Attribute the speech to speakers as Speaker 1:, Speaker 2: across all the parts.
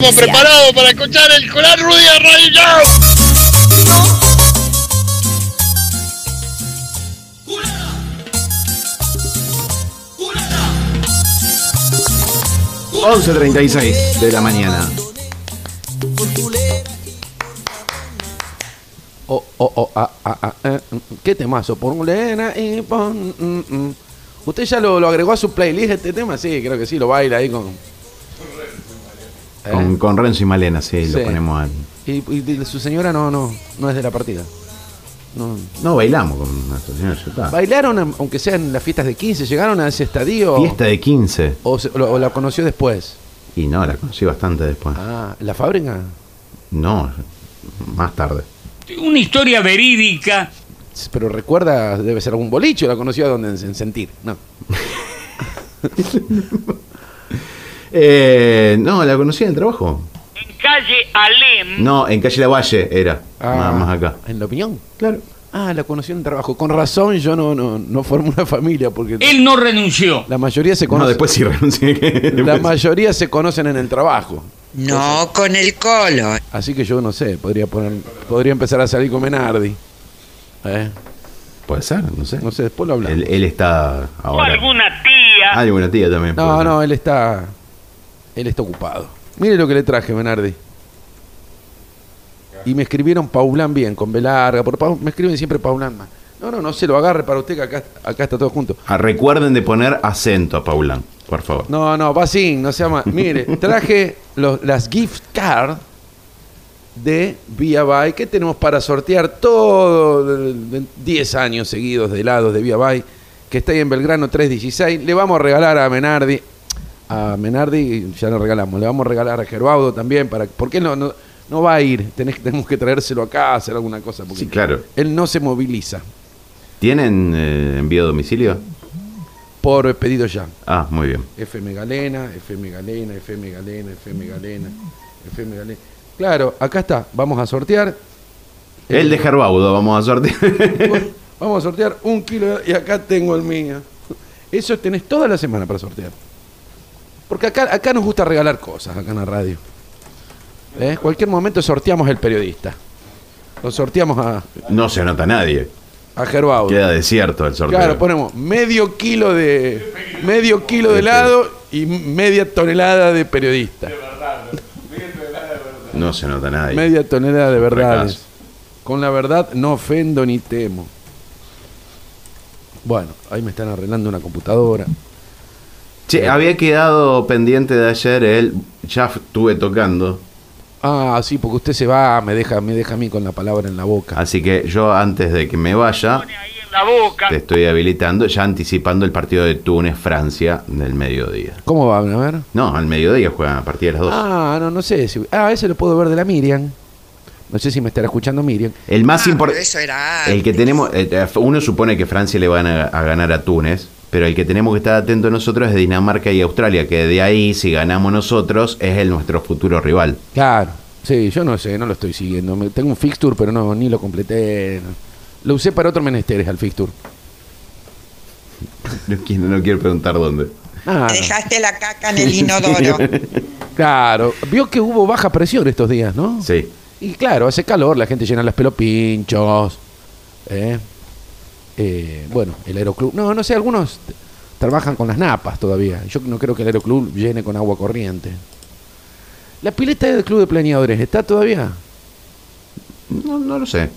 Speaker 1: Estamos preparados para escuchar el Colar Rudy Arroyo.
Speaker 2: No. 11.36 de la mañana.
Speaker 3: Oh, oh, oh, ah, ah, ah, eh, mm, mm, qué temazo. Pon lena y pon. mm, mm. ¿Usted ya lo, lo agregó a su playlist este tema? Sí, creo que sí, lo baila ahí con. Eh,
Speaker 2: Con, con Renzo y Malena, sí,
Speaker 3: Sí.
Speaker 2: lo ponemos al.
Speaker 3: y, y de su señora no, no, no es de la partida. No.
Speaker 2: No, bailamos con nuestro señor ya está.
Speaker 3: ¿Bailaron, am- aunque sean las fiestas de 15, llegaron a ese estadio?
Speaker 2: Fiesta de 15.
Speaker 3: O, se- lo- o la conoció después?
Speaker 2: Y no, la conocí bastante después.
Speaker 3: Ah, ¿la fábrica?
Speaker 2: No, más tarde.
Speaker 4: Una historia verídica.
Speaker 3: Pero recuerda, debe ser algún boliche, la conoció donde en, en sentir, ¿no?
Speaker 2: Eh, no, la conocí en el trabajo.
Speaker 4: En calle Alem.
Speaker 2: No, en calle La Valle era.
Speaker 3: Ah,
Speaker 2: Más, más acá.
Speaker 3: ¿En la opinión?
Speaker 2: Claro.
Speaker 3: Ah, la conoció en trabajo. Con razón yo no, no, no formo una familia porque
Speaker 4: Él no renunció.
Speaker 3: la mayoría se
Speaker 2: No,
Speaker 3: conoce.
Speaker 2: después sí renuncié.
Speaker 3: La
Speaker 2: Después-
Speaker 3: mayoría se conocen en el trabajo.
Speaker 5: No con el colo.
Speaker 3: Así que yo no sé, podría poner, podría empezar a salir con Menardi. ¿Eh?
Speaker 2: Puede ser, no sé.
Speaker 3: No sé, después lo hablamos.
Speaker 2: Él, él está
Speaker 4: O
Speaker 2: ahora. Ah,
Speaker 4: alguna tía.
Speaker 2: Alguna tía también.
Speaker 3: No,
Speaker 2: puede ser.
Speaker 3: no, él está. Él está ocupado. Mire lo que le traje, Menardi. Y me escribieron Paulán bien, con B larga. Por Pau- me escriben siempre Paulán más. No, no, no se lo agarre para usted que acá, acá está todo junto.
Speaker 2: Ah, recuerden de poner acento a Paulán, por favor.
Speaker 3: No, no, Basín, no sea más. Mire, traje los- las gift card de Via Bay que tenemos para sortear todo el- de- 10 años seguidos de helados de Via Bay, que está ahí en Belgrano 316. Le vamos a regalar a Menardi. A Menardi ya lo regalamos. Le vamos a regalar a Gerbaudo también. Para, porque él no, no, no va a ir. Tenés- tenemos que traérselo acá, hacer alguna cosa. Porque
Speaker 2: Sí, claro.
Speaker 3: Él no se moviliza
Speaker 2: ¿Tienen eh, envío a domicilio?
Speaker 3: por pedido ya.
Speaker 2: Ah, muy bien.
Speaker 3: FM Galena, FM Galena, FM Galena, FM Galena, FM Galena. Claro, acá está. Vamos a sortear. Eh,
Speaker 2: El de Gerbaudo, vamos a sortear.
Speaker 3: Vamos a sortear un kilo de- y acá tengo el mío. Eso tenés toda la semana para sortear. Porque acá, acá nos gusta regalar cosas, acá en la radio. ¿Eh? Cualquier momento sorteamos el periodista. Lo sorteamos a,
Speaker 2: no se anota nadie.
Speaker 3: a Gerbaudo.
Speaker 2: Queda desierto el sorteo.
Speaker 3: Claro, ponemos medio kilo de medio kilo de helado y media tonelada de periodista.
Speaker 2: No se anota nadie.
Speaker 3: Media tonelada de verdades.
Speaker 2: Fracaso.
Speaker 3: Con la verdad no ofendo ni temo. Bueno, ahí me están arreglando una computadora.
Speaker 2: Che, había quedado pendiente de ayer el ya f- estuve tocando,
Speaker 3: Ah, sí, porque usted se va, me deja, me deja a mí con la palabra en la boca.
Speaker 2: así que yo antes de que me vaya
Speaker 4: Ahí en la boca.
Speaker 2: te estoy habilitando, ya anticipando el partido de Túnez Francia del mediodía.
Speaker 3: ¿Cómo va, a ver?
Speaker 2: No, al mediodía juegan a partir de las 2.
Speaker 3: Ah, no, no sé. si- ah, ese lo puedo ver de la Miriam. No sé si me estará escuchando Miriam.
Speaker 2: el más
Speaker 5: Ah,
Speaker 2: importante
Speaker 3: eh,
Speaker 5: pero eso era
Speaker 2: el que
Speaker 5: antes.
Speaker 2: tenemos eh, uno supone que Francia le van a, a ganar a Túnez, pero el que tenemos que estar atento nosotros es Dinamarca y Australia, que de ahí si ganamos nosotros es el nuestro futuro rival.
Speaker 3: Claro, sí, yo no sé, no lo estoy siguiendo. Me- Tengo un fixture, pero no, ni lo completé. no. Lo usé para otro menesteres al fixture.
Speaker 2: No quiero, no quiero preguntar dónde.
Speaker 3: Ah, no.
Speaker 5: Dejaste la caca en el inodoro.
Speaker 3: Claro, vio que hubo baja presión estos días, ¿no?
Speaker 2: Sí.
Speaker 3: Y claro, hace calor, la gente llena los pelopinchos. ¿eh? Eh, bueno, el aeroclub. No, no sé, algunos t- trabajan con las napas todavía. Yo no creo que el aeroclub llene con agua corriente. La pileta del club de planeadores, ¿está todavía?
Speaker 2: No, no lo sé.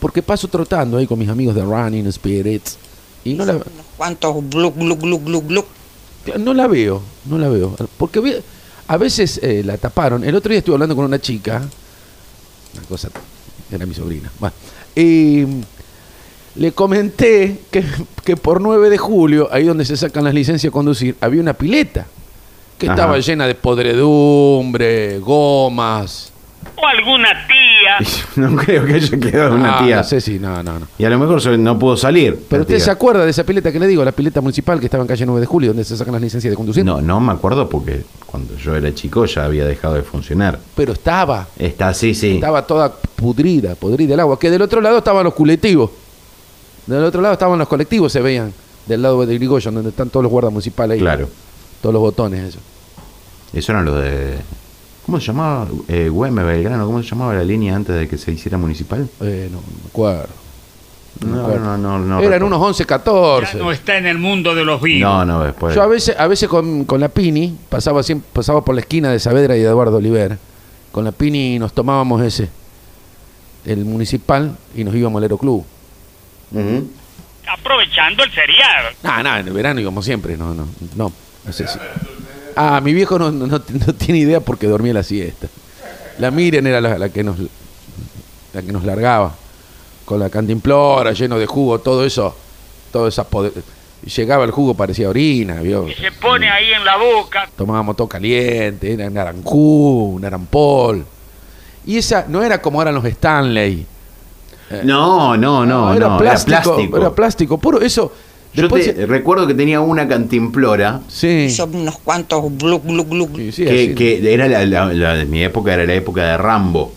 Speaker 3: Porque paso trotando ahí con mis amigos de Running Spirits. Y no la,
Speaker 5: Unos cuantos glu, glu, glu, glu, glu.
Speaker 3: No la veo, no la veo. Porque ve- a veces eh, la taparon. El otro día estuve hablando con una chica, una cosa, era mi sobrina. va, Y le comenté que, que por 9 de julio, ahí donde se sacan las licencias a conducir, había una pileta que
Speaker 2: Ajá.
Speaker 3: estaba llena de podredumbre, gomas.
Speaker 4: O alguna tía.
Speaker 2: No creo que haya quedado una
Speaker 3: Ah,
Speaker 2: tía.
Speaker 3: No sé si, no, no, no.
Speaker 2: Y a lo mejor yo no pudo salir.
Speaker 3: Pero
Speaker 2: la
Speaker 3: usted
Speaker 2: tía.
Speaker 3: se acuerda de esa pileta que le digo, la pileta municipal que estaba en calle 9 de julio, donde se sacan las licencias de conducir.
Speaker 2: No, no me acuerdo porque cuando yo era chico ya había dejado de funcionar.
Speaker 3: Pero estaba.
Speaker 2: Está así, sí.
Speaker 3: Estaba toda pudrida, podrida el agua. Que del otro lado estaban los culectivos. Del otro lado estaban los colectivos, se veían. Del lado de Grigoyon, donde están todos los guardas municipales ahí.
Speaker 2: Claro.
Speaker 3: Todos los botones, eso.
Speaker 2: Eso eran los de ¿Cómo se llamaba? Eh, Güemes, Belgrano, ¿cómo se llamaba la línea antes de que se hiciera municipal?
Speaker 3: Eh, no, no me acuerdo.
Speaker 2: No, no, no, no
Speaker 3: Eran
Speaker 2: recuerdo.
Speaker 3: unos 11,
Speaker 4: Ya
Speaker 3: 14.
Speaker 4: no está en el mundo de los vinos.
Speaker 2: No, no, después.
Speaker 3: Yo a veces, a veces con, con la Pini pasaba, siempre, pasaba por la esquina de Saavedra y de Eduardo Oliver. Con la Pini nos tomábamos ese, el municipal, y nos íbamos al Aeroclub.
Speaker 2: Ujú.
Speaker 4: Aprovechando el feriado.
Speaker 3: Ah, nada, en el verano íbamos siempre, no, no, no. no sé si- Ah, mi viejo no, no, no t- no tiene idea porque dormía la siesta. La Miren era la, la que nos la que nos largaba con la cantimplora, lleno de jugo, todo eso, todo esa poder- llegaba el jugo parecía orina, vio.
Speaker 4: Y se pone ahí en la boca.
Speaker 3: Tomábamos todo caliente, era naranjú, narampol. Y esa no era como eran los Stanley.
Speaker 2: No, no, no, no,
Speaker 3: Eh. Ah, era, plástico,
Speaker 2: Era plástico.
Speaker 3: era plástico puro, eso.
Speaker 2: Yo
Speaker 3: Después,
Speaker 2: te- recuerdo que tenía una cantimplora
Speaker 3: sí.
Speaker 5: Hizo unos cuantos glu, glu, glu, glu.
Speaker 3: Sí, sí,
Speaker 2: que,
Speaker 3: así.
Speaker 2: que era la, la- la de mi época, era la época de Rambo.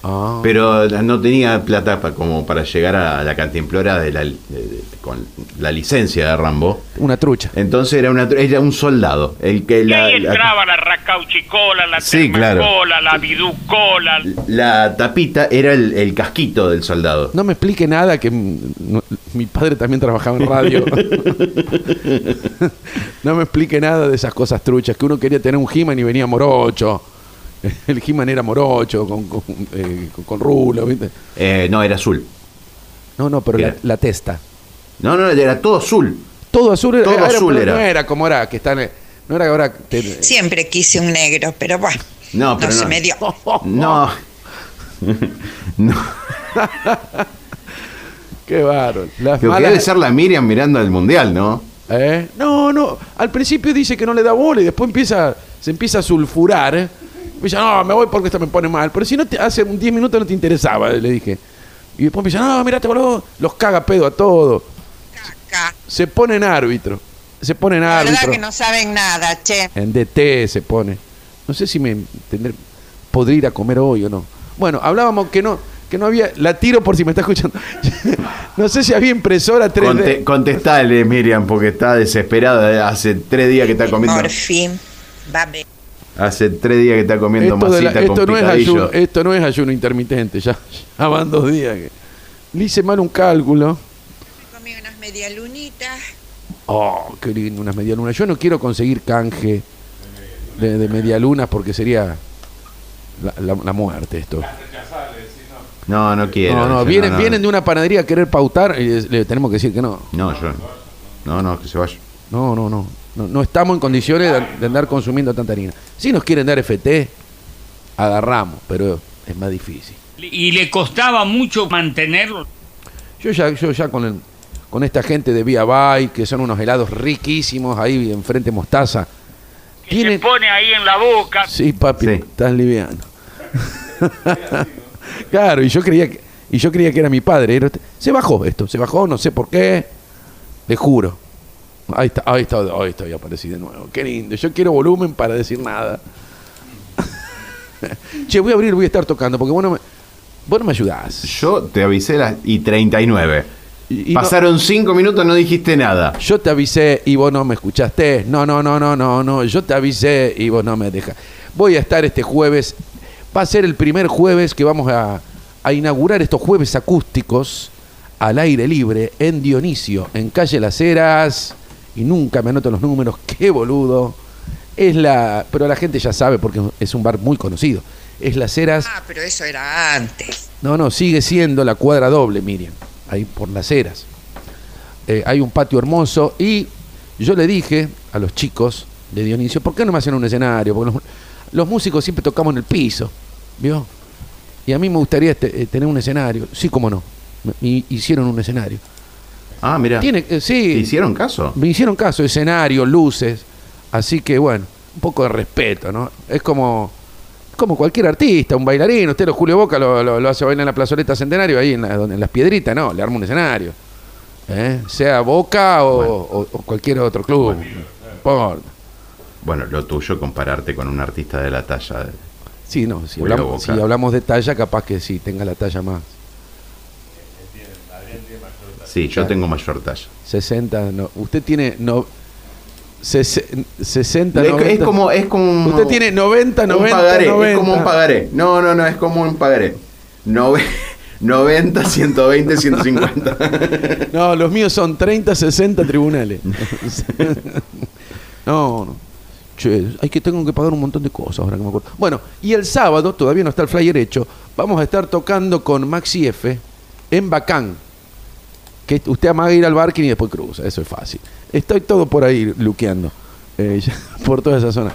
Speaker 3: Ah.
Speaker 2: Pero no tenía plata pa- como para llegar a la cantimplora de la, de- de- con la licencia de Rambo.
Speaker 3: Una trucha.
Speaker 2: Entonces era, una, era un soldado. El que
Speaker 4: Y
Speaker 2: la,
Speaker 4: ahí
Speaker 2: la,
Speaker 4: entraba la racauchicola, la
Speaker 2: Sí, claro.
Speaker 4: termacola, la viducola.
Speaker 2: la tapita era el, el casquito del soldado.
Speaker 3: No me explique nada que mm, no- mi padre también trabajaba en radio. no me explique nada de esas cosas truchas, que uno quería tener un He-Man y venía morocho. El He-Man era morocho, con, con, eh, con- con rulo, ¿viste?
Speaker 2: Eh, no, era azul.
Speaker 3: No, no, pero la,
Speaker 2: Era.
Speaker 3: la testa.
Speaker 2: No, no, era todo azul.
Speaker 3: Todo azul era.
Speaker 2: Todo
Speaker 3: era-
Speaker 2: azul
Speaker 3: pero No
Speaker 2: era.
Speaker 3: era como ahora, que están. eh, No era ahora. te-
Speaker 5: Siempre quise un negro, pero bueno,
Speaker 2: No, pero
Speaker 5: se
Speaker 2: no.
Speaker 5: me dio.
Speaker 3: Oh,
Speaker 2: No. no.
Speaker 3: Qué bárbaro. Las
Speaker 2: Lo que
Speaker 3: malas-
Speaker 2: debe ser la Miriam mirando el mundial, ¿no?
Speaker 3: ¿Eh? No, no. Al principio dice que no le da bola y después empieza, se empieza a sulfurar. ¿eh? Me dice, no, me voy porque esto me pone mal. Pero si no, te, hace un 10 minutos no te interesaba, le dije. Y después me dice, no, mirá, te boludo. Los caga pedo a todos.
Speaker 5: Caca.
Speaker 3: Se ponen árbitro. Se ponen
Speaker 5: La verdad
Speaker 3: árbitro.
Speaker 5: que no saben nada, che.
Speaker 3: En DT se pone. No sé si me tendré, podré ir a comer hoy o no. Bueno, hablábamos que no, que no había. La tiro por si me está escuchando. no sé si había impresora 3D.
Speaker 2: Conte- contestale, Miriam, porque está desesperada. Hace tres días que está comiendo.
Speaker 5: Morfín, babe.
Speaker 2: Hace tres días que está comiendo
Speaker 3: Esto, de la-
Speaker 2: masita
Speaker 3: esto
Speaker 2: con
Speaker 3: no es
Speaker 2: picadillo.
Speaker 3: ayuno, esto no es ayuno intermitente, ya, ya van dos días. que- Le hice mal un cálculo.
Speaker 5: Comí unas medialunitas.
Speaker 3: Oh, qué lindo, unas medialunas. Yo no quiero conseguir canje de, de medialunas porque sería la, la- la muerte esto.
Speaker 2: No, no quiero.
Speaker 3: No, no,
Speaker 2: Yo
Speaker 3: vienen, vienen de una panadería a querer pautar y les- le tenemos que decir que no.
Speaker 2: No, yo. No, no, que se vaya.
Speaker 3: No, no, no. No, no estamos en condiciones de, de andar consumiendo tanta harina. Si nos quieren dar FT, agarramos, pero es más difícil.
Speaker 4: Y le costaba mucho mantenerlo.
Speaker 3: Yo ya, yo ya con, el- con esta gente de Vía Bay, que son unos helados riquísimos ahí enfrente Mostaza.
Speaker 4: Que se
Speaker 3: Tienen.
Speaker 4: pone ahí en la boca.
Speaker 3: Sí, papi,
Speaker 2: Sí.
Speaker 3: estás liviano. claro, y yo creía que, y yo creía que era mi padre. era usted. Se bajó esto, se bajó, no sé por qué. Le juro. Ahí está, ahí está, ahí está, ya aparecí de nuevo. Qué lindo. Yo quiero volumen para decir nada. che, voy a abrir, voy a estar tocando, porque vos no me, vos no me ayudás.
Speaker 2: Yo te avisé las y 39.
Speaker 3: Y- y no-
Speaker 2: Pasaron cinco minutos, no dijiste nada.
Speaker 3: Yo te avisé y vos no me escuchaste. No, no, no, no, no, no. Yo te avisé y vos no me dejas. Voy a estar este jueves. Va a ser el primer jueves que vamos a, a inaugurar estos jueves acústicos al aire libre en Dionisio, en calle Las Heras. Y nunca me anoto los números. Qué boludo. Es la. Pero la gente ya sabe porque es un bar muy conocido. Es Las Heras.
Speaker 5: Ah, pero eso era antes.
Speaker 3: No, no, sigue siendo la cuadra doble, Miriam, ahí por las eras. Eh, hay un patio hermoso y yo le dije a los chicos de Dionisio, ¿por qué no me hacen un escenario? Porque los, los músicos siempre tocamos en el piso, ¿vio? Y a mí me gustaría este, eh, tener un escenario. Sí, cómo no. Me- y hicieron un escenario.
Speaker 2: Ah, mira.
Speaker 3: Tiene, eh,
Speaker 2: ¿Te
Speaker 3: sí,
Speaker 2: hicieron caso?
Speaker 3: me hicieron caso, escenario, luces. Así que bueno, un poco de respeto, ¿no? Es como, como cualquier artista, un bailarín, usted lo Julio Boca lo, lo- lo hace bailar en la plazoleta centenario, ahí en, la- donde- en las piedritas, no, le arma un escenario. ¿eh? Sea Boca o, o- o cualquier otro club. Por-
Speaker 2: Bueno, lo tuyo compararte con un artista de la talla. de-
Speaker 3: Sí, no, si
Speaker 2: Julio
Speaker 3: hablamos, si
Speaker 2: Boca.
Speaker 3: hablamos de talla, capaz que sí, tenga la talla más.
Speaker 2: Sí, yo tengo mayor talla.
Speaker 3: 60, no. Usted tiene no, ses- 60,
Speaker 2: Es,
Speaker 3: 90.
Speaker 2: es como, es como un-
Speaker 3: Usted tiene 90,
Speaker 2: un
Speaker 3: 90,
Speaker 2: pagaré, es
Speaker 3: 90.
Speaker 2: como un pagaré. No, no, no, es como un pagaré. Nove- 90, 120, 150.
Speaker 3: No, los míos son 30, 60 tribunales. no, no. Che, hay que tengo que pagar un montón de cosas ahora que me acuerdo. Bueno, y el sábado, todavía no está el flyer hecho, vamos a estar tocando con Maxi F en Bacán. Que usted amaga ir al barking y después cruza, eso es fácil. Estoy todo por ahí luqueando, eh, ya, por toda esa zona.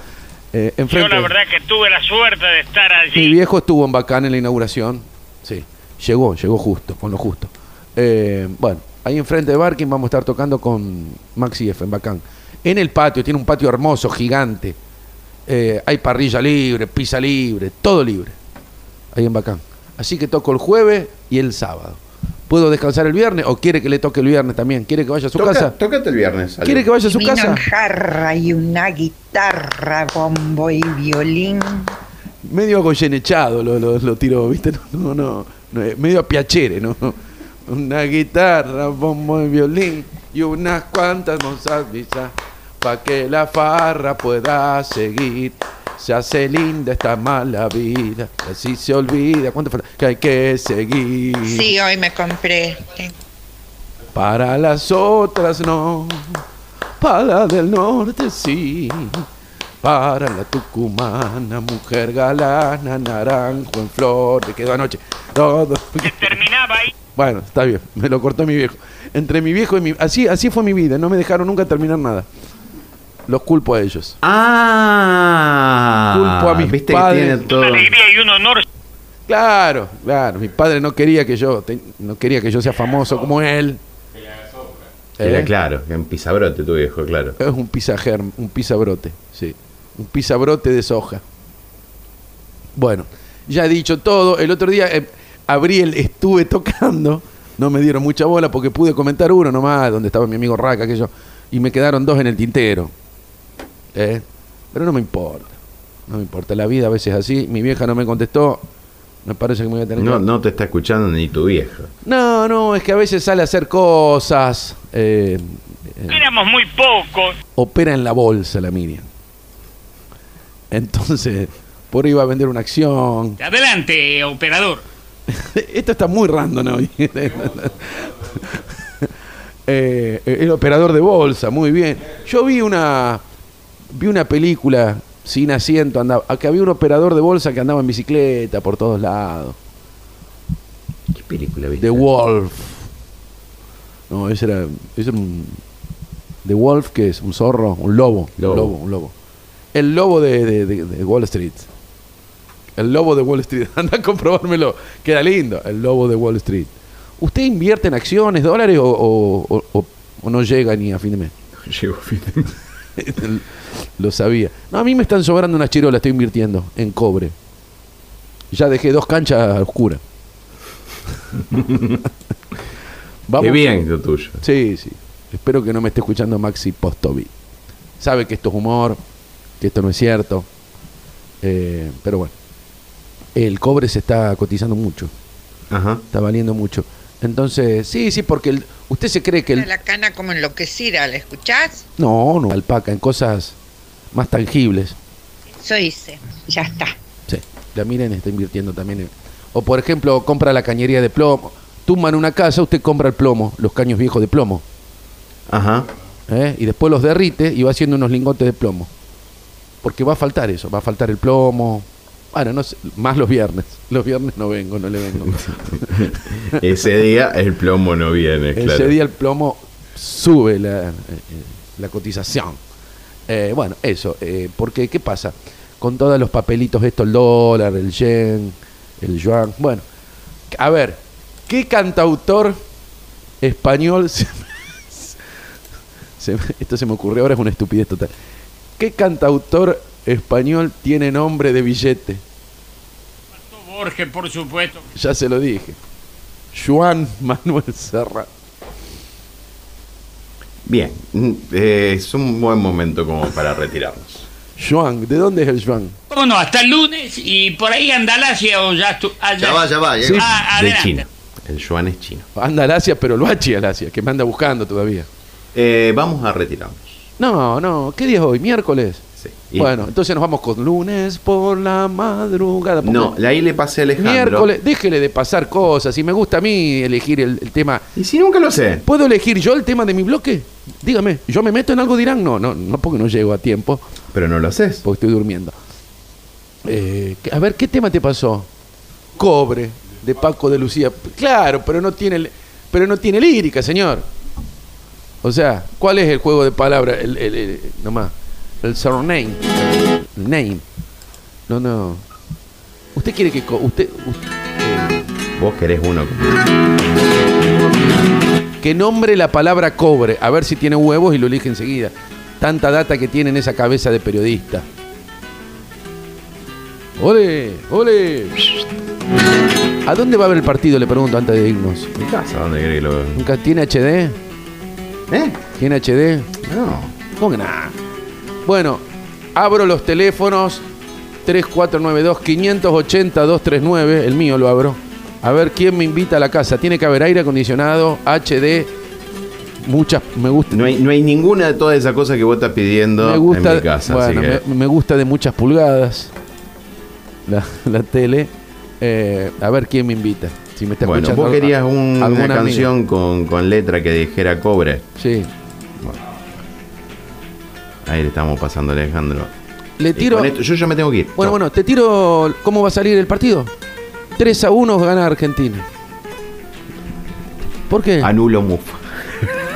Speaker 3: Eh,
Speaker 4: Yo
Speaker 3: enfrente-
Speaker 4: la verdad que tuve la suerte de estar
Speaker 3: mi
Speaker 4: allí.
Speaker 3: viejo estuvo en Bacán en la inauguración. Sí. Llegó, llegó justo, con lo justo. Eh, bueno, ahí enfrente de Barking vamos a estar tocando con Maxi F en Bacán. En el patio, tiene un patio hermoso, gigante. Eh, hay parrilla libre, pizza libre, todo libre. Ahí en Bacán. Así que toco el jueves y el sábado. ¿Puedo descansar el viernes o quiere que le toque el viernes también? ¿Quiere que vaya a su
Speaker 2: Toca-
Speaker 3: casa?
Speaker 2: Tócate el viernes. Ale.
Speaker 3: ¿Quiere que vaya a su
Speaker 5: Mi
Speaker 3: casa?
Speaker 5: jarra y una guitarra, bombo y violín.
Speaker 3: medio agoyenechado lo, lo, lo tiró, ¿viste? No, no, no, no, eh, medio a piacere, ¿no? Una guitarra, bombo y violín y unas cuantas monsalvisas para que la farra pueda seguir. Se hace linda esta mala vida, así se olvida cuánto falta, que hay que seguir.
Speaker 5: Sí, hoy me compré.
Speaker 3: Para las otras no, para la del norte sí, para la tucumana, mujer galana, naranjo en flor, te quedó anoche. Todo.
Speaker 4: que terminaba ahí.
Speaker 3: Bueno, está bien, me lo cortó mi viejo. Entre mi viejo y mi... Así, así fue mi vida, no me dejaron nunca terminar nada. Los culpo a ellos.
Speaker 2: Ah,
Speaker 3: Culpo a mis
Speaker 2: viste
Speaker 3: padres.
Speaker 2: que tiene todo.
Speaker 4: Una alegría y un honor.
Speaker 3: Claro, claro, mi padre no quería que yo, te- no quería que yo sea famoso como él.
Speaker 2: Era
Speaker 3: ¿Eh?
Speaker 2: claro, que en Pisabrote tu viejo, claro.
Speaker 3: Es un pisagerm, un pisabrote, sí. Un pisabrote de soja. Bueno, ya dicho todo, el otro día eh, abrí el, estuve tocando, no me dieron mucha bola porque pude comentar uno nomás, donde estaba mi amigo Raca, aquello, y me quedaron dos en el tintero. ¿eh? Pero no me importa, no me importa, la vida a veces es así, mi vieja no me contestó, me parece que me voy a tener
Speaker 2: No,
Speaker 3: que...
Speaker 2: no te está escuchando ni tu viejo.
Speaker 3: no, no, es que a veces sale a hacer cosas, eh, eh,
Speaker 4: Éramos muy pocos.
Speaker 3: opera en la bolsa la Miriam. Entonces, por ahí va a vender una acción.
Speaker 4: Adelante, operador.
Speaker 3: Esto está muy random hoy. Eh, el operador de bolsa, muy bien. Yo vi una vi una película sin asiento, andaba, que había un operador de bolsa que andaba en bicicleta por todos lados.
Speaker 2: ¿Qué película viste?
Speaker 3: The Wolf. No, ese era, ese era un... The Wolf, que es un zorro, un lobo.
Speaker 2: Lobo.
Speaker 3: Un lobo, un lobo. El lobo de, de- de- de Wall Street. El lobo de Wall Street. Anda a comprobármelo. Queda lindo. El lobo de Wall Street. ¿Usted invierte en acciones, dólares o, o- o- o- o no llega ni a fin de mes?
Speaker 2: Llegó fin de mes.
Speaker 3: Lo sabía. No, a mí me están sobrando unas chirolas, estoy invirtiendo en cobre. Ya dejé dos canchas oscuras.
Speaker 2: Qué bien lo tuyo.
Speaker 3: Sí, sí. Espero que no me esté escuchando Maxi Postovi. Sabe que esto es humor, que esto no es cierto. Eh, pero bueno. El cobre se está cotizando mucho,
Speaker 2: Ajá.
Speaker 3: está valiendo mucho. Entonces, sí, sí, porque el- usted se cree que el,
Speaker 5: La cana como enloquecida, ¿la escuchás?
Speaker 3: No, no, alpaca, en cosas más tangibles.
Speaker 5: Eso hice. Ya está.
Speaker 3: Sí, la miren, está invirtiendo también. en- O por ejemplo, compra la cañería de plomo. Tumban una casa, usted compra el plomo, los caños viejos de plomo.
Speaker 2: Ajá.
Speaker 3: ¿eh? Y después los derrite y va haciendo unos lingotes de plomo. Porque va a faltar eso, va a faltar el plomo. Bueno, no sé, más los viernes. Los viernes no vengo, no le vengo.
Speaker 2: Ese día el plomo no viene, claro.
Speaker 3: Ese día el plomo sube la, eh, eh, la cotización. Eh, bueno, eso, eh, porque ¿qué pasa? Con todos los papelitos estos, el dólar, el yen, el yuan. Bueno, a ver, ¿qué cantautor español se se- esto se me ocurrió ahora, es una estupidez total. ¿Qué cantautor español tiene nombre de billete?
Speaker 4: Borges, por supuesto.
Speaker 3: Ya se lo dije. Juan Manuel Serra.
Speaker 2: Bien, mm, eh, es un buen momento como para retirarnos.
Speaker 3: Juan, ¿de dónde es el Juan?
Speaker 4: ¿Cómo no? Hasta el lunes y por ahí Andalasia o ya estu- allá-
Speaker 6: Ya va, ya va. eh. llega.
Speaker 4: Ah,
Speaker 2: De
Speaker 4: adelante.
Speaker 2: China. El yuan es chino.
Speaker 3: Anda al Asia, pero lo hachi al Asia, que me anda buscando todavía.
Speaker 2: Eh, vamos a retirarnos.
Speaker 3: No, no, ¿qué día es hoy? ¿Miércoles?
Speaker 2: Sí. Y-
Speaker 3: Bueno, entonces nos vamos con lunes por la madrugada. Porque
Speaker 2: No, la ahí le pasé a Alejandro.
Speaker 3: miércoles, déjele de pasar cosas. Y me gusta a mí elegir el, el tema.
Speaker 2: Y si nunca lo sé.
Speaker 3: ¿Puedo elegir yo el tema de mi bloque? Dígame, ¿yo me meto en algo dirán? No, no, no porque no llego a tiempo,
Speaker 2: Pero no lo haces.
Speaker 3: Pues, porque estoy durmiendo. Eh, a ver, ¿qué tema te pasó? Cobre, de Paco de Lucía. Claro, pero no tiene, pero no tiene lírica, señor. O sea, ¿cuál es el juego de palabras? El, el- el- nomás, el surname. El Name. No, no. ¿Usted quiere que... co- Usted, usted- eh,
Speaker 2: Vos querés uno.
Speaker 3: que nombre la palabra cobre, a ver si tiene huevos y lo elige enseguida. Tanta data que tiene en esa cabeza de periodista. ¡Ole! ¡Ole! ¿A dónde va a ver el partido? Le pregunto antes de irnos.
Speaker 2: ¿En casa? ¿Dónde querés que lo
Speaker 3: ¿Nunca tiene HD?
Speaker 2: ¿Eh?
Speaker 3: ¿Tiene HD?
Speaker 2: No.
Speaker 3: ¿Cómo que nada? Bueno, abro los teléfonos 3492-580-239, el mío lo abro. A ver quién me invita a la casa. Tiene que haber aire acondicionado, HD, muchas, me gusta.
Speaker 2: No hay, no hay ninguna de todas esas cosas que vos estás pidiendo
Speaker 3: me gusta,
Speaker 2: en mi casa.
Speaker 3: bueno,
Speaker 2: así que-
Speaker 3: me, me gusta de muchas pulgadas la, la tele. Eh, a ver quién me invita. Si me está
Speaker 2: Bueno,
Speaker 3: escuchando
Speaker 2: vos
Speaker 3: al-
Speaker 2: querías un-
Speaker 3: algún
Speaker 2: una
Speaker 3: amigo.
Speaker 2: canción con, con letra que dijera cobre.
Speaker 3: Sí.
Speaker 2: Ahí le estamos pasando, a Alejandro.
Speaker 3: Le
Speaker 2: Y
Speaker 3: tiro.
Speaker 2: con esto- yo ya me tengo que ir.
Speaker 3: Bueno,
Speaker 2: Chau.
Speaker 3: bueno, te tiro cómo va a salir el partido. 3 a 1 gana Argentina. ¿Por qué?
Speaker 2: Anulo MUF.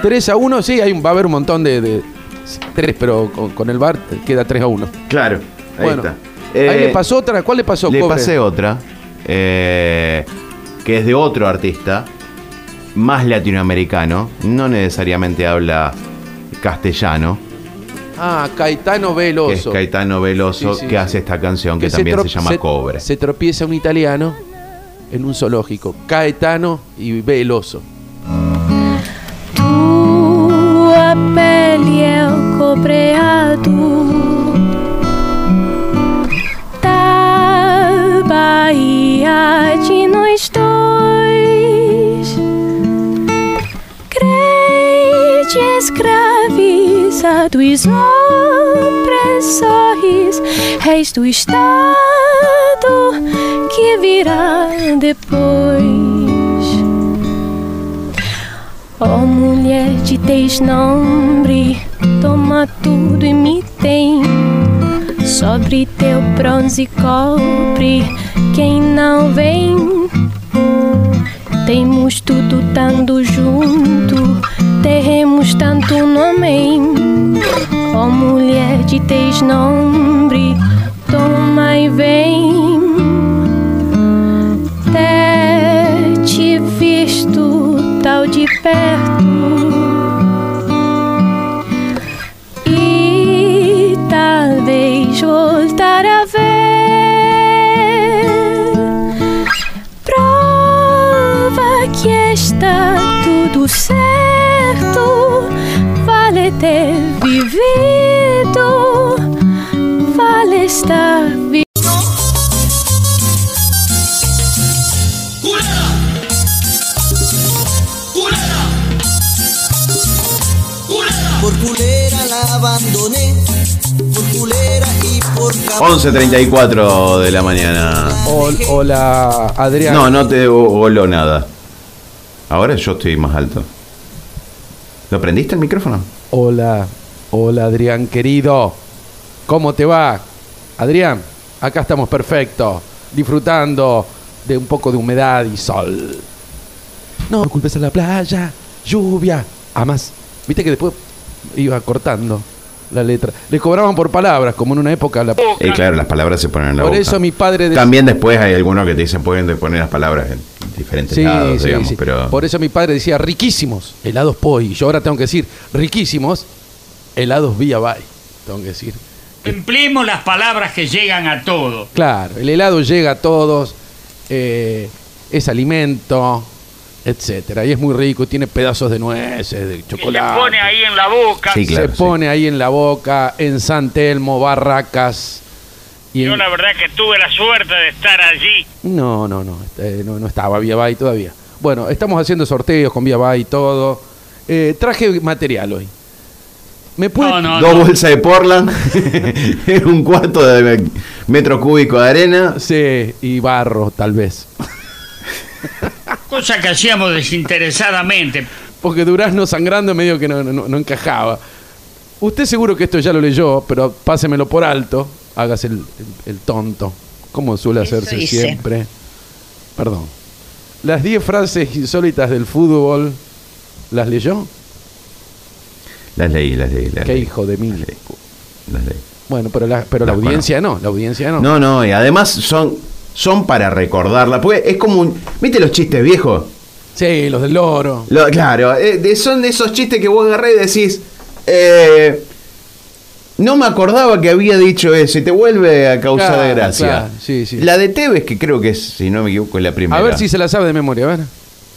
Speaker 3: 3 a 1, sí, hay un, va a haber un montón de, de tres, pero con, con el bar queda 3 a 1.
Speaker 2: Claro, ahí
Speaker 3: Bueno,
Speaker 2: está.
Speaker 3: Ahí
Speaker 2: Eh,
Speaker 3: le pasó otra, ¿cuál le pasó?
Speaker 2: Le
Speaker 3: Cobre?
Speaker 2: pasé otra, eh, que es de otro artista, más latinoamericano, no necesariamente habla castellano,
Speaker 3: Ah, Caetano
Speaker 2: que es
Speaker 3: Veloso.
Speaker 2: Caetano Veloso,
Speaker 3: Sí, sí,
Speaker 2: que
Speaker 3: sí.
Speaker 2: hace esta canción que,
Speaker 3: que
Speaker 2: también se
Speaker 3: trop-
Speaker 2: llama Cobre.
Speaker 3: Se tropieza un italiano en un zoológico. Caetano y Veloso.
Speaker 6: Tua pele é o cobreado da Bahia de nós dois. Crente escravizado e opressores, reis do Estado que virá depois. Oh mulher de desnombre, toma tudo e me tem. Sobre teu bronze e cobre, quem não vem. Temos tudo tanto junto, teremos tanto no amém. Oh mulher de desnombre, toma e vem até te visto tal de perto e talvez voltar a ver prova que está tudo certo vale ter vivido vale estar vivo
Speaker 7: Por culera la abandoné, por culera y por cabrón.
Speaker 2: 11.34 de la mañana.
Speaker 3: Ol- Hola, Adrián.
Speaker 2: No, no te go- goló nada. Ahora yo estoy más alto. ¿Lo prendiste el micrófono? Eh,
Speaker 3: Hola, hola Adrián querido. ¿Cómo te va? Adrián, acá estamos perfecto, disfrutando de un poco de humedad y sol. No culpes a la playa, lluvia. Además, viste que después iba cortando la letra. Le cobraban por palabras, como en una época. La... Por
Speaker 2: Y claro, las palabras se ponen en la boca.
Speaker 3: eso mi padre decía...
Speaker 2: También después hay algunos que te dicen pueden poner las palabras en diferentes
Speaker 3: Sí,
Speaker 2: lados,
Speaker 3: sí,
Speaker 2: digamos,
Speaker 3: sí.
Speaker 2: pero
Speaker 3: Por eso mi padre decía riquísimos helados poi. Yo ahora tengo que decir riquísimos helados vía bay. Tengo que decir.
Speaker 4: Empleemos las palabras que llegan a todo.
Speaker 3: Claro, el helado llega a todos, eh, es alimento, etcétera. Y es muy rico, tiene pedazos de nueces, de
Speaker 4: Que se
Speaker 3: chocolate.
Speaker 4: pone ahí en la boca.
Speaker 2: Sí, claro,
Speaker 3: Se pone ahí en la boca, en San Telmo, Barracas. Y en-
Speaker 4: Yo la verdad que tuve la suerte de estar allí.
Speaker 3: No, no, no, eh, no, no estaba Vía Bay todavía. Bueno, estamos haciendo sorteos con Vía Bay y todo. Eh, traje material hoy. ¿Me puede
Speaker 4: No, no,
Speaker 2: Dos
Speaker 4: no.
Speaker 2: bolsas de Portland, un cuarto de metro cúbico de arena.
Speaker 3: Sí, y barro, tal vez.
Speaker 4: Cosa que hacíamos desinteresadamente.
Speaker 3: Porque Durazno sangrando medio que no, no- no encajaba. Usted seguro que esto ya lo leyó, pero pásemelo por alto. Hágase el, el- el tonto, como suele
Speaker 5: Eso
Speaker 3: hacerse
Speaker 5: hice.
Speaker 3: siempre. Perdón. Las 10 frases insólitas del fútbol, ¿las leyó?
Speaker 2: Las leí, las leí, las
Speaker 3: Qué
Speaker 2: leí.
Speaker 3: hijo de mil.
Speaker 2: Las leí, las leí.
Speaker 3: Bueno, pero la, pero la
Speaker 2: Las
Speaker 3: audiencia no, la audiencia no.
Speaker 2: No, no, y además son, son para recordarla. Porque es como un. ¿Viste los chistes viejos?
Speaker 3: Sí, los del loro.
Speaker 2: Lo- claro, eh, de- son de esos chistes que vos agarrás y decís. eh, no me acordaba que había dicho eso y te vuelve a causar
Speaker 3: Claro,
Speaker 2: gracia.
Speaker 3: claro, sí, sí.
Speaker 2: La de Tevez, que creo que es, si no me equivoco, es la primera.
Speaker 3: A ver si se la sabe de memoria, a ver.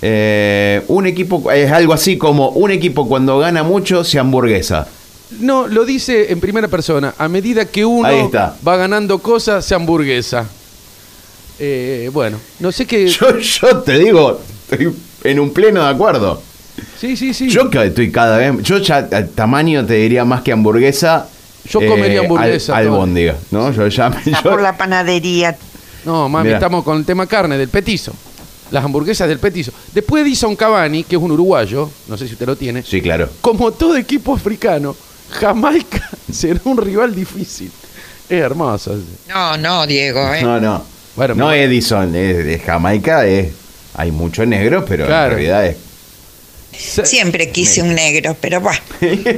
Speaker 2: Eh, un equipo es algo así como un equipo cuando gana mucho se hamburguesa.
Speaker 3: No, lo dice en primera persona. A medida que uno
Speaker 2: Ahí está.
Speaker 3: va ganando cosas, se hamburguesa. Eh, bueno, no sé qué.
Speaker 2: Yo, yo te digo, estoy en un pleno de acuerdo.
Speaker 3: sí, sí, sí.
Speaker 2: Yo que estoy cada vez, yo ya a tamaño te diría más que hamburguesa. eh,
Speaker 3: Yo comería hamburguesa,
Speaker 2: Al,
Speaker 3: todo.
Speaker 2: albóndiga, ¿no? Yo ya me-
Speaker 5: Está
Speaker 2: yo-
Speaker 5: Ah, por la panadería.
Speaker 3: no, mami,
Speaker 2: Mirá.
Speaker 3: estamos con el tema carne del petizo. Las hamburguesas del petizo. Después dice un Cavani, que es un uruguayo, no sé si usted lo tiene.
Speaker 2: Sí, claro.
Speaker 3: Como todo equipo africano, Jamaica será un rival difícil. Es hermoso.
Speaker 5: No, no, Diego, ¿eh?
Speaker 2: No, no.
Speaker 3: Bueno,
Speaker 2: no
Speaker 3: mi-
Speaker 2: Edison, es, es Jamaica, es, hay mucho negro, pero
Speaker 3: Claro.
Speaker 2: en realidad es.
Speaker 3: Se-
Speaker 5: Siempre quise un negro, pero bueno,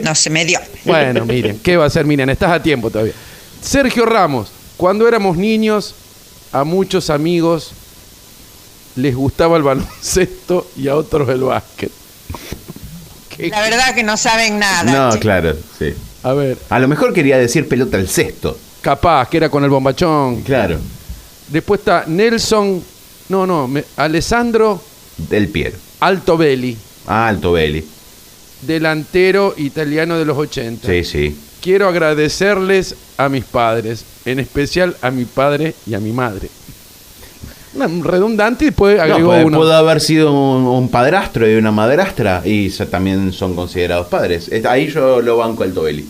Speaker 5: no se me dio.
Speaker 3: Bueno, miren, ¿qué va a ser? Miren, estás a tiempo todavía. Sergio Ramos, cuando éramos niños, a muchos amigos les gustaba el baloncesto y a otros el básquet. ¿Qué?
Speaker 5: La verdad que no saben nada.
Speaker 2: No,
Speaker 5: che.
Speaker 2: claro, sí.
Speaker 3: A ver,
Speaker 2: A lo mejor quería decir pelota al cesto.
Speaker 3: capaz que era con el bombachón.
Speaker 2: Claro.
Speaker 3: Después está Nelson, no, no, me- Alessandro
Speaker 2: Del Piero.
Speaker 3: Altobelli,
Speaker 2: Alto Belli.
Speaker 3: delantero italiano de los 80.
Speaker 2: Sí, sí.
Speaker 3: Quiero agradecerles a mis padres, en especial a mi padre y a mi madre. Una redundante y después
Speaker 2: No,
Speaker 3: agregó
Speaker 2: puede,
Speaker 3: uno.
Speaker 2: pudo haber sido un, un padrastro y una madrastra y se- también son considerados padres. Es- Ahí yo lo banco al Tobelli.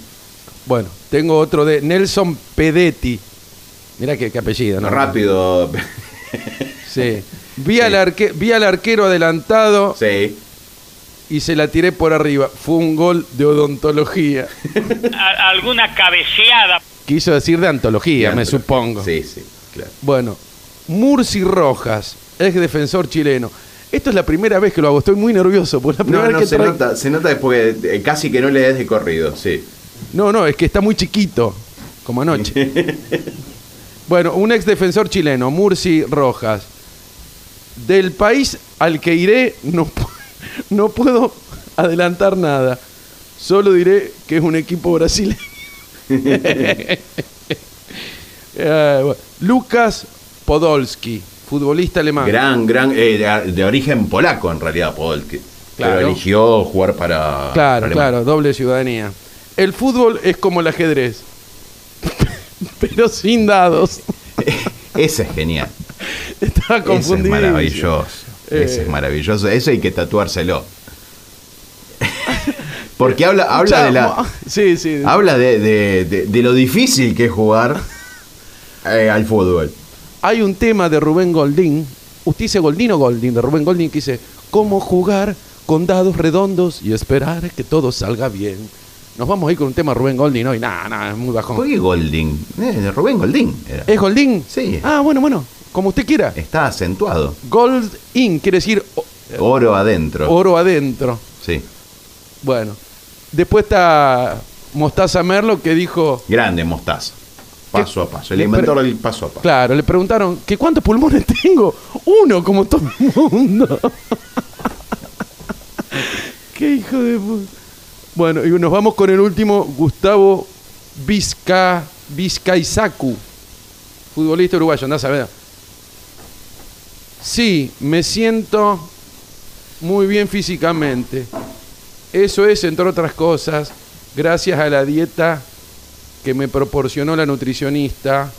Speaker 3: Bueno, tengo otro de Nelson Pedetti. Mirá qué, qué apellido, ¿no?
Speaker 2: Rápido.
Speaker 3: Sí. Vi, Al arque- vi al arquero adelantado
Speaker 2: sí.
Speaker 3: y se la tiré por arriba. Fue un gol de odontología.
Speaker 8: A- alguna cabeceada.
Speaker 3: Quiso decir de antología, me
Speaker 2: Antología.
Speaker 3: supongo.
Speaker 2: Sí, sí, claro.
Speaker 3: Bueno, Murci Rojas, ex defensor chileno. Esto es la primera vez que lo hago, estoy muy nervioso. Por la primera
Speaker 2: No,
Speaker 3: vez
Speaker 2: no,
Speaker 3: que
Speaker 2: se
Speaker 3: tra-
Speaker 2: nota, se nota porque eh, casi que no le des de corrido, sí.
Speaker 3: No, no, es que está muy chiquito, como anoche. bueno, un ex defensor chileno, Murci Rojas. Del país al que iré no, pu- no puedo adelantar nada. Solo diré que es un equipo brasileño. Eh, bueno, Lucas Podolski, futbolista alemán.
Speaker 2: Gran, gran, eh, de, de origen polaco en realidad, Podolski.
Speaker 3: Claro.
Speaker 2: Pero eligió jugar para.
Speaker 3: Claro,
Speaker 2: Alemania.
Speaker 3: claro, doble ciudadanía. El fútbol es como el ajedrez, pero sin dados.
Speaker 2: Ese es genial.
Speaker 3: Estaba
Speaker 2: Ese es
Speaker 3: confundido.
Speaker 2: maravilloso. Ese
Speaker 3: Eh.
Speaker 2: es maravilloso. Eso hay que tatuárselo. Porque habla, habla
Speaker 3: Chamo.
Speaker 2: de la.
Speaker 3: Sí, sí.
Speaker 2: Habla de, de- de- de lo difícil que es jugar eh, al fútbol.
Speaker 3: Hay un tema de Rubén Goldín. Usted dice Goldín o Goldín, de Rubén Goldín, que dice: ¿Cómo jugar con dados redondos y esperar que todo salga bien? Nos vamos a ir con un tema Rubén Goldín hoy. Nah, nah, es muy bajón.
Speaker 2: Juegue Golding. Eh, de Rubén Golding. era.
Speaker 3: ¿Es Goldín?
Speaker 2: Sí. Eh.
Speaker 3: Ah, bueno, bueno. Como usted quiera.
Speaker 2: Está acentuado.
Speaker 3: Goldín quiere decir o-
Speaker 2: Oro adentro.
Speaker 3: Eh. oro adentro.
Speaker 2: Sí.
Speaker 3: Bueno. Después está Mostaza Merlo que dijo.
Speaker 2: Grande mostaza. Paso a paso. El
Speaker 3: Le-
Speaker 2: inventor
Speaker 3: pero-
Speaker 2: del paso a paso.
Speaker 3: Claro, le preguntaron, ¿qué cuántos pulmones tengo? Uno, como todo el mundo. Qué hijo de puta. Bueno, y nos vamos con el último, Gustavo Vizca, Vizcaizacu, futbolista uruguayo, andás a ver. Sí, me siento muy bien físicamente. Eso es, entre otras cosas, gracias a la dieta que me proporcionó la nutricionista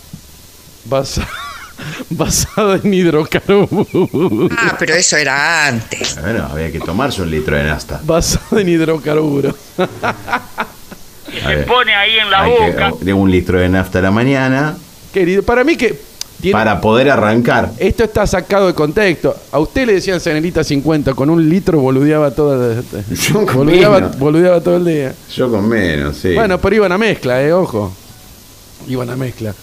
Speaker 3: basa- basada en hidrocarburos.
Speaker 5: Ah, pero eso era antes.
Speaker 2: Bueno, había que tomarse un litro de nasta.
Speaker 3: Basada en hidrocarburos.
Speaker 8: que
Speaker 2: A
Speaker 8: se
Speaker 2: ver.
Speaker 8: pone ahí en la
Speaker 2: Hay que- oh,
Speaker 8: boca.
Speaker 2: de un litro de nafta a la mañana
Speaker 3: Querido, para mí que. tiene-
Speaker 2: para poder arrancar.
Speaker 3: Esto está sacado de contexto. A usted le decían Sanelita 50, con un litro boludeaba toda la-
Speaker 2: Yo con
Speaker 3: boludeaba,
Speaker 2: menos.
Speaker 3: boludeaba todo el día.
Speaker 2: Yo con menos, sí.
Speaker 3: Bueno, pero iban a mezcla, eh, ojo. Iban a mezcla.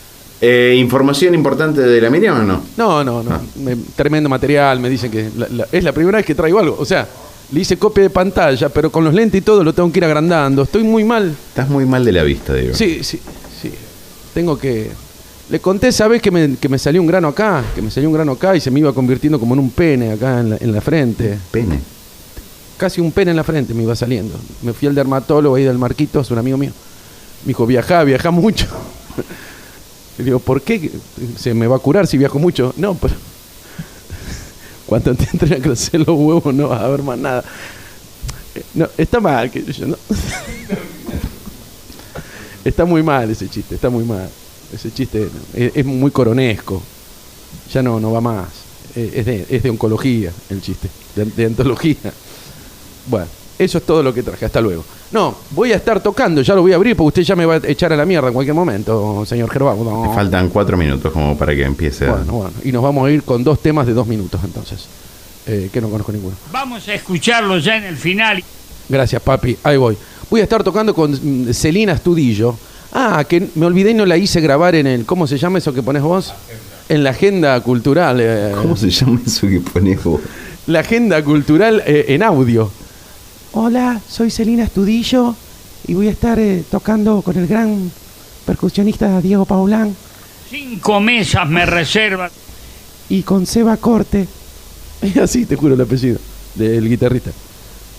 Speaker 2: Eh, ¿Información importante de la Miriam o no?
Speaker 3: No, no, no.
Speaker 2: Ah.
Speaker 3: Me- tremendo material, me dicen que la- la- es la primera vez que traigo algo. O sea, le hice copia de pantalla, pero con los lentes y todo lo tengo que ir agrandando. Estoy muy mal.
Speaker 2: Estás muy mal de la vista, digo.
Speaker 3: Sí, sí, sí. Tengo que. Le conté, ¿sabes? Que me, que me salió un grano acá, que me salió un grano acá y se me iba convirtiendo como en un pene acá en la, en la frente.
Speaker 2: Pene.
Speaker 3: Casi un pene en la frente me iba saliendo. Me fui al dermatólogo ahí del Marquitos, un amigo mío. Me dijo, viajá, viajá mucho. Le digo, ¿por qué se me va a curar si viajo mucho? No, pero. Cuando te entren a crecer los huevos no vas a ver más nada. Eh, No, está mal, que yo no. Está muy mal ese chiste, está muy mal. Ese chiste es, es muy coronesco. Ya no, no va más. Eh, Es de, es de oncología el chiste, de, de antología. Bueno, eso es todo lo que traje. Hasta luego. No, voy a estar tocando, ya lo voy a abrir porque usted ya me va a echar a la mierda en cualquier momento, señor Gerbaudo.
Speaker 2: Te faltan cuatro minutos como para que empiece. a-
Speaker 3: Bueno, bueno. Y nos vamos a ir con dos temas de dos minutos entonces. Eh, que no conozco ninguno.
Speaker 4: Vamos a escucharlo ya en el final.
Speaker 3: Gracias, papi. Ahí voy. Voy a estar tocando con mm, Celina Estudillo. Ah, que me olvidé y no la hice grabar en el. ¿Cómo se llama eso que pones vos? En la agenda cultural. eh,
Speaker 2: ¿Cómo se llama eso que pones vos?
Speaker 3: La agenda cultural eh, en audio. Hola, soy Celina Estudillo y voy a estar eh, tocando con el gran percusionista Diego Paulán
Speaker 4: Cinco mesas me reservan.
Speaker 3: y con Seba Corte. Es así, te juro el apellido del guitarrista.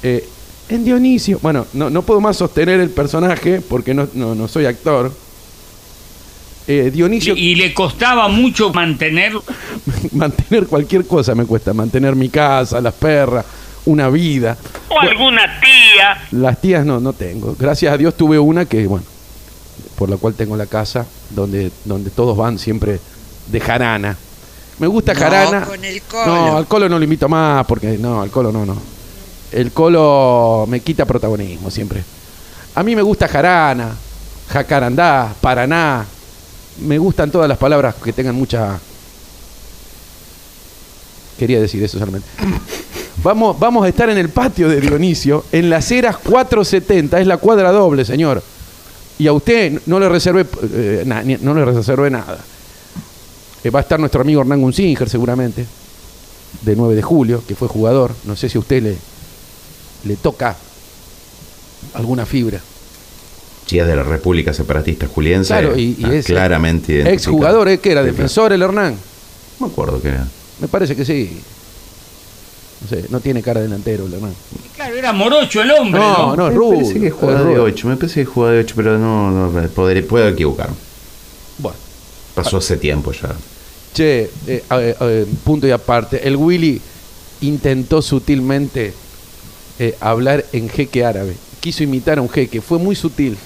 Speaker 3: Eh, en Dionisio. Bueno, no, no puedo más sostener el personaje porque no, no, no soy actor. Eh, Dionisio,
Speaker 4: Y le costaba mucho mantenerlo.
Speaker 3: mantener cualquier cosa me cuesta. Mantener mi casa, las perras, una vida.
Speaker 8: O alguna tía.
Speaker 3: Las tías no, no tengo. Gracias a Dios tuve una que, bueno, por la cual tengo la casa donde, donde todos van siempre de jarana. Me gusta
Speaker 5: No,
Speaker 3: jarana.
Speaker 5: con el colo.
Speaker 3: No, al colo no lo invito más porque no, al colo no, no. El colo me quita protagonismo siempre. A mí me gusta jarana, jacarandá, paraná. Me gustan todas las palabras que tengan mucha... Quería decir eso solamente. Vamos, vamos a estar en el patio de Dionisio, en las Heras 470, es la cuadra doble, señor. Y a usted no le reservé, eh, na- ni- no le reservé nada. Eh, va a estar nuestro amigo Hernán Gunzinger, seguramente, de 9 de julio, que fue jugador. No sé si a usted le, le toca alguna fibra.
Speaker 2: Chía de la República Separatista Juliense.
Speaker 3: Claro, y, y
Speaker 2: Ah,
Speaker 3: es
Speaker 2: claramente identificado.
Speaker 3: ex jugador, eh, que era
Speaker 2: Sí,
Speaker 3: defensor el Hernán.
Speaker 2: claro. No me acuerdo que era.
Speaker 3: Me parece que sí. No sé, no tiene cara delantero el Hernán.
Speaker 4: Claro, era morocho el hombre.
Speaker 3: No, no, es
Speaker 2: me
Speaker 3: rubio.
Speaker 2: parece que
Speaker 3: es
Speaker 2: jugaba de
Speaker 3: rubio.
Speaker 2: 8. Me parece que jugaba de 8, pero no, no podré- puedo equivocarme.
Speaker 3: Bueno.
Speaker 2: Pasó hace tiempo ya.
Speaker 3: Che, eh, a- a- punto y aparte. El Willy intentó sutilmente eh, hablar en jeque árabe. Quiso imitar a un jeque. Fue muy sutil.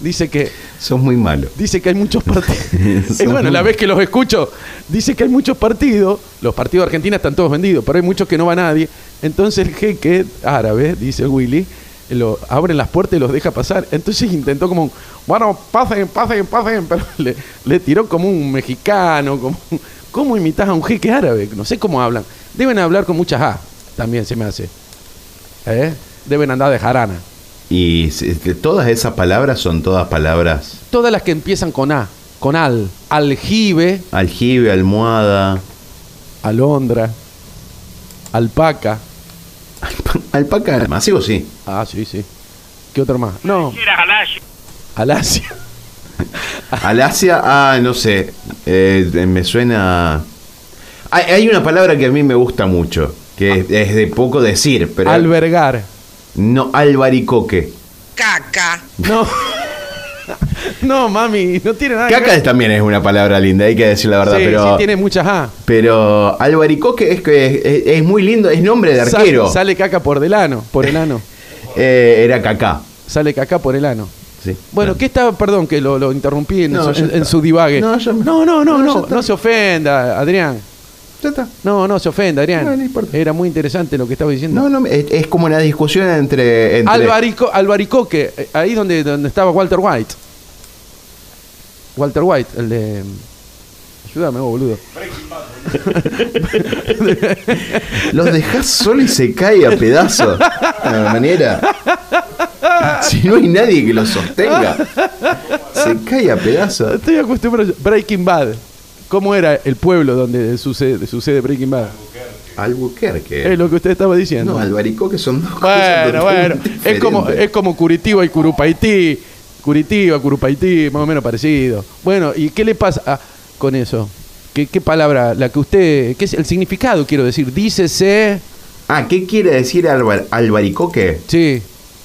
Speaker 3: Dice que,
Speaker 2: Sos muy malo.
Speaker 3: dice que hay muchos partidos.
Speaker 2: Son
Speaker 3: bueno, la
Speaker 2: muy-
Speaker 3: vez que los escucho, dice que hay muchos partidos. Los partidos de Argentina están todos vendidos, pero hay muchos que no va nadie. Entonces el jeque árabe, dice el Willy, lo, abren las puertas y los deja pasar. Entonces intentó como un, bueno, pasen, pasen, pasen, pero le, le tiró como un mexicano, como un- ¿Cómo imitas a un jeque árabe? No sé cómo hablan. Deben hablar con muchas A, también se me hace. ¿Eh? Deben andar de jarana.
Speaker 2: Y este, todas esas palabras son todas palabras.
Speaker 3: Todas las que empiezan con A, con al, aljibe,
Speaker 2: Aljibe, almohada.
Speaker 3: alondra, alpaca.
Speaker 2: alpa- Alpaca. Masivo sí.
Speaker 3: Ah, sí, sí. ¿Qué otro más? No,
Speaker 8: Era Galacio.
Speaker 3: alasia.
Speaker 2: Alasia, ah, no sé. eh, eh, me suena. Hay, hay una palabra que a mí me gusta mucho, que es, es de poco decir, pero.
Speaker 3: albergar.
Speaker 2: no, albaricoque.
Speaker 5: Caca.
Speaker 3: No. no, mami, no tiene nada que
Speaker 2: Caca
Speaker 3: ver.
Speaker 2: es- también es una palabra linda, hay que decir la verdad,
Speaker 3: Sí,
Speaker 2: pero.
Speaker 3: sí, tiene muchas ah. A.
Speaker 2: Pero albaricoque es que es, es- es muy lindo, es nombre de
Speaker 3: Sa-
Speaker 2: arquero.
Speaker 3: sale caca por delano, por el ano.
Speaker 2: Eh, era cacá.
Speaker 3: Sale caca por el ano.
Speaker 2: Sí.
Speaker 3: Bueno, ¿qué está? Perdón que lo, lo interrumpí en,
Speaker 2: No,
Speaker 3: su,
Speaker 2: ya
Speaker 3: en- en
Speaker 2: está.
Speaker 3: su divague.
Speaker 2: No, ya-
Speaker 3: no, no, no,
Speaker 2: no, ya
Speaker 3: no,
Speaker 2: está.
Speaker 3: no se ofenda, Adrián.
Speaker 9: Ya está.
Speaker 3: No, no se ofenda, Adrián.
Speaker 9: No, no importa.
Speaker 3: Era muy interesante lo que estabas diciendo.
Speaker 2: No, no, es, es como una discusión entre. entre-
Speaker 3: Albarico- Albaricoque, eh, ahí donde, donde estaba Walter White. Walter White, el de. Ayúdame, vos, boludo.
Speaker 2: Los dejas solo y se cae a pedazos. De una manera. Si no hay nadie que lo sostenga, se cae a pedazos.
Speaker 3: Estoy acostumbrado. Breaking Bad. ¿Cómo era el pueblo donde sucede, sucede Breaking Bad?
Speaker 2: Albuquerque.
Speaker 3: Es lo que usted estaba diciendo.
Speaker 2: No, Albaricoque son dos cosas.
Speaker 3: Bueno, bueno.
Speaker 2: totalmente
Speaker 3: Es como,
Speaker 2: diferentes.
Speaker 3: es como Curitiba y Curupaití. Curitiba, Curupaití, más o menos parecido. Bueno, ¿y qué le pasa ah, con eso? ¿Qué, qué palabra? La que usted. ¿Qué es el significado, quiero decir? Dícese.
Speaker 2: Ah, ¿qué quiere decir alba- albaricoque?
Speaker 3: Sí,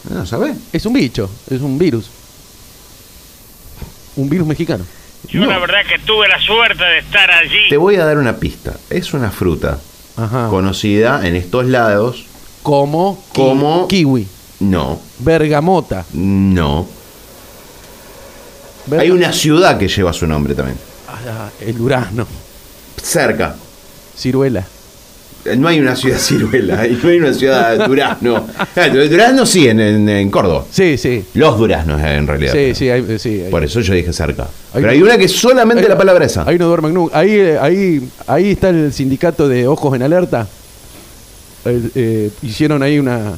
Speaker 2: No, ¿sabes?
Speaker 3: es un bicho, es un virus. Un virus mexicano.
Speaker 8: Yo la verdad que tuve la suerte de estar allí.
Speaker 2: Te voy a dar una pista. Es una fruta
Speaker 3: Ajá.
Speaker 2: conocida en estos lados.
Speaker 3: como. ki-
Speaker 2: Como-
Speaker 3: Kiwi.
Speaker 2: No,
Speaker 3: Bergamota.
Speaker 2: no.
Speaker 3: Berga-
Speaker 2: Hay una ciudad que lleva su nombre también.
Speaker 3: Ah, el durazno.
Speaker 2: Cerca.
Speaker 3: Ciruela.
Speaker 2: Eh, No hay una ciudad ciruela, y no hay una ciudad durazno. Ah, Durazno sí, en, en- en Córdoba.
Speaker 3: Sí, sí.
Speaker 2: Los duraznos eh, en realidad.
Speaker 3: Sí, sí, hay- sí. hay-
Speaker 2: Por eso yo dije cerca.
Speaker 3: Hay
Speaker 2: Pero
Speaker 3: un-
Speaker 2: hay una que es solamente
Speaker 3: Ahí
Speaker 2: la
Speaker 3: no-
Speaker 2: palabra esa.
Speaker 3: Ahí no duermen nunca. Ahí, eh, ahí, ahí está el sindicato de Ojos en Alerta. El, eh, hicieron ahí una.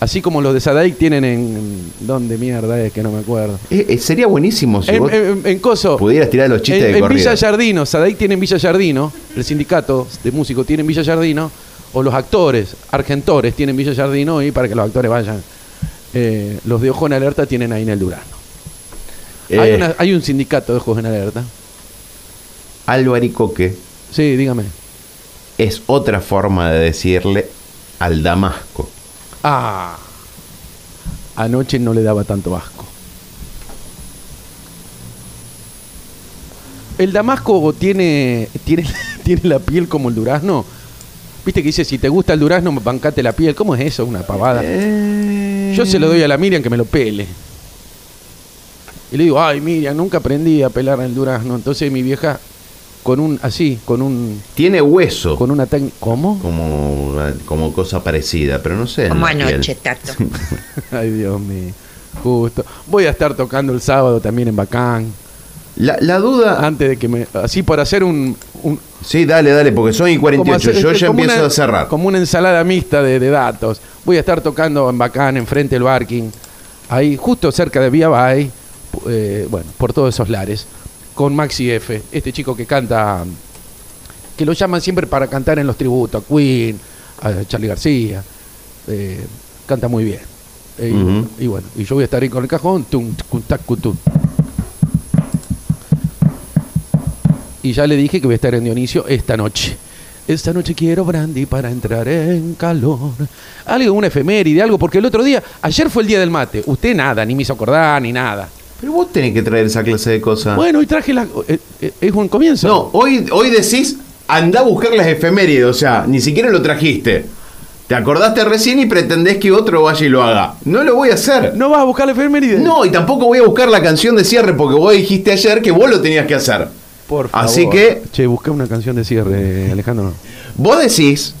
Speaker 3: Así como los de Sadaic tienen en. ¿Dónde mierda es que no me acuerdo?
Speaker 2: Eh, eh, sería buenísimo si
Speaker 3: En,
Speaker 2: vos
Speaker 3: en- en Coso.
Speaker 2: pudieras tirar los chistes
Speaker 3: en,
Speaker 2: de
Speaker 3: en
Speaker 2: corrido.
Speaker 3: Villa Jardino. Sadaic tiene en Villa Jardino. El sindicato de músicos tiene en Villa Jardino. O los actores, argentores, tienen Villa Jardino. Y para que los actores vayan. eh, los de Ojos en Alerta tienen ahí en el Durano. Hay,
Speaker 2: Eh,
Speaker 3: una- hay un sindicato de Ojos en Alerta.
Speaker 2: Albaricoque
Speaker 3: Sí, dígame.
Speaker 2: es otra forma de decirle al Damasco.
Speaker 3: Ah. Anoche no le daba tanto asco. El damasco tiene, tiene, tiene la piel como el durazno. Viste que dice, si te gusta el durazno, bancate la piel. ¿Cómo es eso? Una pavada. Eh. Yo se lo doy a la Miriam que me lo pele. Y le digo, ay Miriam, nunca aprendí a pelar el durazno. Entonces mi vieja, con un, así, con un,
Speaker 2: Tiene hueso
Speaker 3: con una técnica. ¿Cómo?
Speaker 2: como, como cosa parecida, pero no sé. en
Speaker 5: Como
Speaker 2: la piel.
Speaker 5: anoche, Tato.
Speaker 3: Ay, Dios mío. Justo. Voy a estar tocando el sábado también en Bacán.
Speaker 2: La, la duda.
Speaker 3: Antes de que me. Así por hacer un. un-
Speaker 2: Sí, dale, dale, porque son y
Speaker 3: como
Speaker 2: 48.
Speaker 3: hacer-
Speaker 2: Yo ya
Speaker 3: como
Speaker 2: empiezo
Speaker 3: una-
Speaker 2: a cerrar.
Speaker 3: Como una ensalada mixta de, de datos. Voy a estar tocando en Bacán, enfrente del Barking. Ahí, justo cerca de Vía Bay. eh, bueno, por todos esos lares. Con Maxi F. Este chico que canta. Que lo llaman siempre para cantar en los tributos. A Queen, a Charlie García. eh, canta muy bien. Eh,
Speaker 2: Ujú.
Speaker 3: Y bueno, y yo voy a estar ahí con el cajón. tum, tucum, tac, cutum. Y ya le dije que voy a estar en Dionisio esta noche. Esta noche quiero brandy para entrar en calor. Algo, una efeméride, algo, porque el otro día, ayer fue el día del mate. Usted nada, ni me hizo acordar, ni nada.
Speaker 2: Pero vos tenés que traer esa clase de cosas.
Speaker 3: Bueno, hoy traje la. eh, eh, es un comienzo.
Speaker 2: Ah. no, hoy, hoy decís, andá a buscar las efemérides, o sea, ni siquiera lo trajiste. Te acordaste recién y pretendés que otro vaya y lo haga. No lo voy a hacer.
Speaker 3: ¿No vas a buscar la efeméride?
Speaker 2: No, y tampoco voy a buscar la canción de cierre porque vos dijiste ayer que vos lo tenías que hacer.
Speaker 3: Por favor.
Speaker 2: Así que
Speaker 3: Che, busqué una canción de cierre, eh, Alejandro.
Speaker 2: Vos decís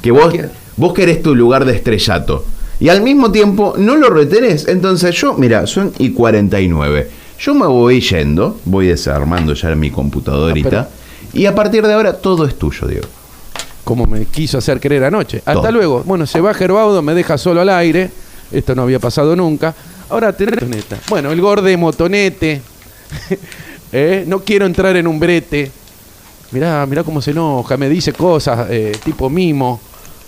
Speaker 2: que vos, vos querés tu lugar de estrellato. Y al mismo tiempo no lo retenés. Entonces yo, mira, son y 49. Yo me voy yendo, voy desarmando ya mi computadorita. y a partir de ahora todo es tuyo, Diego.
Speaker 3: como me quiso hacer creer anoche. Hasta
Speaker 2: Todo.
Speaker 3: luego. Bueno, se va Gerbaudo, me deja solo al aire. Esto no había pasado nunca. Ahora tener motoneta. Bueno, el gorde motonete. Eh, No quiero entrar en un brete. Mirá, mirá cómo se enoja. Me dice cosas eh, tipo mimo.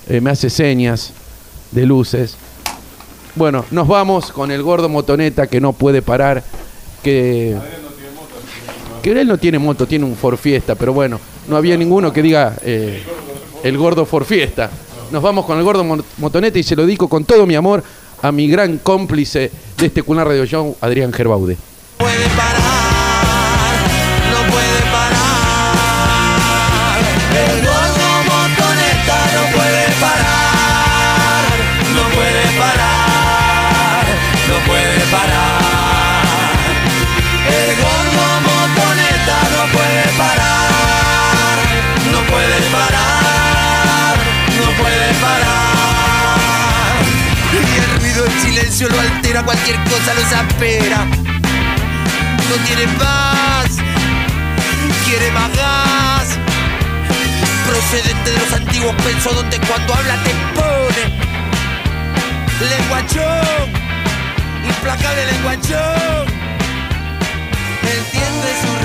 Speaker 3: Eh, me hace señas de luces. Bueno, nos vamos con el gordo motoneta que no puede parar. Que. Que él no tiene moto, tiene un Ford Fiesta, pero bueno, no había ninguno que diga eh, el gordo Ford Fiesta. Nos vamos con el gordo Mon- motoneta y se lo dedico con todo mi amor a mi gran cómplice de este Cunar Radio Show, Adrián Gerbaude.
Speaker 7: puede parar, no puede parar. El gordo motoneta no puede parar, no puede parar, no puede parar. El gordo motoneta no puede parar, no puede espera, cualquier cosa los espera. No tiene paz, quiere más gas. Procedente de los antiguos pensos donde cuando habla te pone. Lenguachón, implacable lenguachón. Entiende su